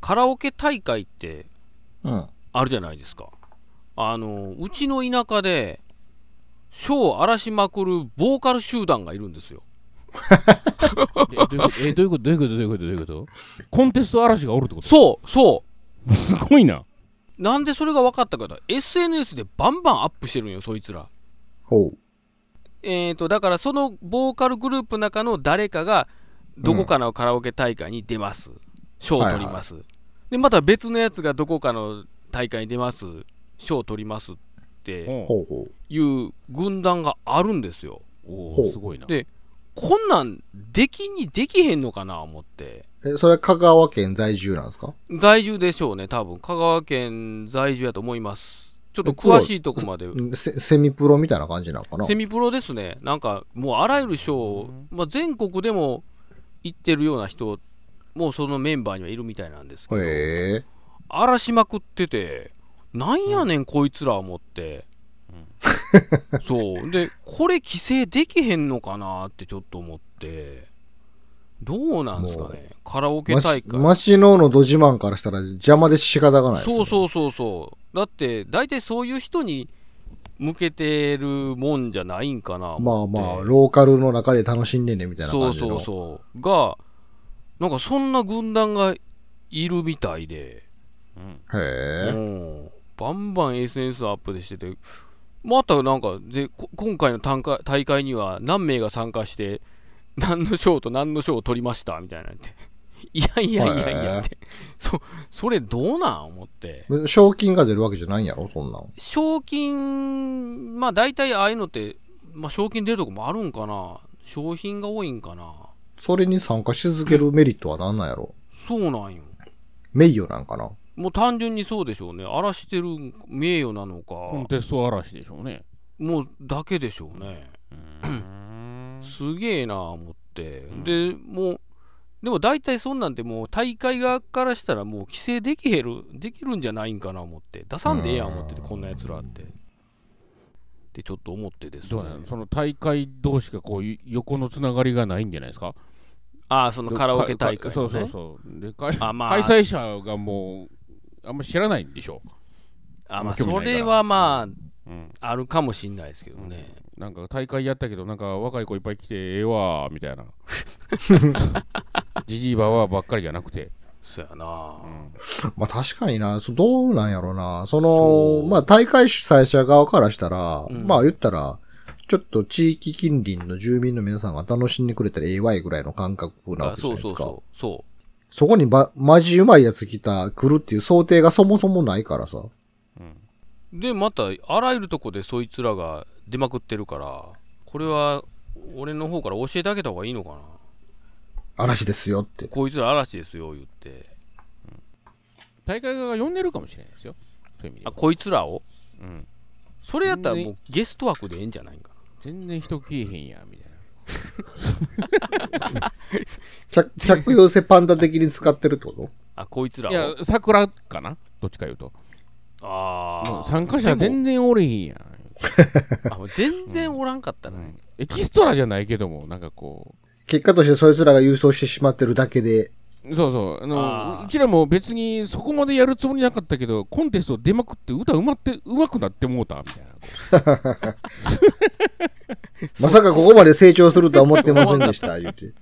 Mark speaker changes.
Speaker 1: カラオケ大会って
Speaker 2: うん。
Speaker 1: あるじゃないですか。あの、うちの田舎で、ショーを荒らしまくるボーカル集団がいるんですよ。
Speaker 2: え、どういうことどういうことどういうことどういうことどういうことコンテスト嵐がおるってこと
Speaker 1: そう、そ
Speaker 2: すごいな。
Speaker 1: う。なんでそれが分かったかと SNS でバンバンアップしてるんよ、そいつら。
Speaker 3: ほう。
Speaker 1: えーと、だからそのボーカルグループの中の誰かが、どこかのカラオケ大会に出ます。賞、を取ります、で、また別のやつがどこかの大会に出ます。賞を取りますって
Speaker 3: ほうほう。
Speaker 1: いう軍団があるんですよ。
Speaker 2: お
Speaker 3: ほ
Speaker 2: お
Speaker 3: う
Speaker 2: すごいな。
Speaker 1: でこんなんできにできへんのかな思って
Speaker 3: え、それは香川県在住なんですか
Speaker 1: 在住でしょうね多分香川県在住やと思いますちょっと詳しいとこまで
Speaker 3: んセセミプロみたいな感じなのかな
Speaker 1: セミプロですねなんかもうあらゆる賞、まあ、全国でも行ってるような人もうそのメンバーにはいるみたいなんですけど
Speaker 3: へえ。
Speaker 1: 荒らしまくっててなんやねんこいつら思って、 そうでこれ規制できへんのかなってちょっと思ってどうなんすかねカラオケ
Speaker 3: マ
Speaker 1: 大
Speaker 3: シ
Speaker 1: 会
Speaker 3: マシノーのドジマンからしたら邪魔で仕方がないですね、
Speaker 1: そうそうそうそうだって大体そういう人に向けてるもんじゃないんかな
Speaker 3: ま
Speaker 1: 思
Speaker 3: あ
Speaker 1: って
Speaker 3: まあ、ローカルの中で楽しんでね、みたいな
Speaker 1: そ
Speaker 3: 感
Speaker 1: う
Speaker 3: じの。
Speaker 1: そうそうがなんかそんな軍団がいるみたいで、う
Speaker 3: へえ。
Speaker 1: ん、バンバン SNS アップでしててまたなんかでこ今回の大会大会には何名が参加して何の賞と何の賞を取りましたみたいなんて いやいやいやいやって、そそれどうなん思って
Speaker 3: 賞金が出るわけじゃないんやろそんなん。
Speaker 1: 賞金、まあ大体ああいうのって、まあ賞金出るとこもあるんかな。商品が多いんかな。
Speaker 3: それに参加し続けるメリットは何なんやろ
Speaker 1: そうなんよ。
Speaker 3: 名誉なんかな
Speaker 1: もう単純にそうでしょうね。荒らしてる名誉なの
Speaker 2: コン
Speaker 1: か、
Speaker 2: テスト嵐でしょうね。
Speaker 1: もうだけでしょうね。すげえなあ思って。で、もう、でも大体そんなんてもう大会側からしたらもう規制できへる、できるんじゃないんかな思って。出さんでええやん思ってて、こんな奴らって。ってちょっと思ってです
Speaker 2: ど
Speaker 1: ね
Speaker 2: うな。のその大会同士がこうい横のつながりがないんじゃないですか
Speaker 1: ああ、そのカラオケ大
Speaker 2: か
Speaker 1: 会
Speaker 2: そ
Speaker 1: の
Speaker 2: うそう
Speaker 1: ね。
Speaker 2: そう。で開
Speaker 1: あまあ
Speaker 2: 開催者がもう、あんまり知らないんでしょ
Speaker 1: あまあ
Speaker 2: 興味ない
Speaker 1: そ
Speaker 2: から
Speaker 1: れはま
Speaker 2: う。うん。
Speaker 1: ああるかもしんないですけどね、
Speaker 2: なんか大会やったけど、なんか若い子いっぱい来てええわーみた いな。じじいばばあばっかりじゃなくて。
Speaker 1: そやな、
Speaker 3: まあ確かにな、そどうなんやろな。そ
Speaker 1: そ
Speaker 3: の、
Speaker 1: う
Speaker 3: まあ大会主催者側からしたら、
Speaker 1: うん
Speaker 3: まあ言ったら、ちょっと地域近隣の住民の皆さんが楽しんでくれたらええわいぐらいの感覚なわ
Speaker 1: あ
Speaker 3: けじゃ
Speaker 1: そう
Speaker 3: ないで
Speaker 1: そ
Speaker 3: す
Speaker 1: う
Speaker 3: か。
Speaker 1: そうそ
Speaker 3: そこにば、マジうまいやつ来た、来るっていう想定がそもそもないからさ。
Speaker 1: うでまたあらゆるとこでそいつらが出まくってるからこれは俺の方から教えてあげた方がいいのかな
Speaker 3: 嵐ですよって。
Speaker 1: こいつら嵐ですよ言って
Speaker 2: 大会側が呼んでるかもしれないですよ。そういう意味で
Speaker 1: あ
Speaker 2: は。
Speaker 1: こいつらを
Speaker 2: うん、
Speaker 1: それやったらもうゲスト枠でええんじゃないんか
Speaker 2: 全然人消えへんやみたいな。
Speaker 3: 客、客寄せパンダ的に使ってるってこと
Speaker 1: なあこいつらを
Speaker 2: いや、桜かなどっちか言うと。も
Speaker 1: あ
Speaker 2: う
Speaker 1: ー
Speaker 2: 参加者全然おれへんやん。
Speaker 1: あもう全然おらんかったね、
Speaker 2: エキストラじゃないけども、なんかこ
Speaker 3: 結果としてそいつらが郵送してしまってるだけ で、
Speaker 2: う、そうそう、あ
Speaker 1: あ
Speaker 2: の
Speaker 1: ー
Speaker 2: うちらも別にそこまでやるつもりなかったけど、コンテスト出まくって歌うまってうまくなってもうたみたいな。
Speaker 3: まさかここまで成長するとは思ってませんでした、言うて。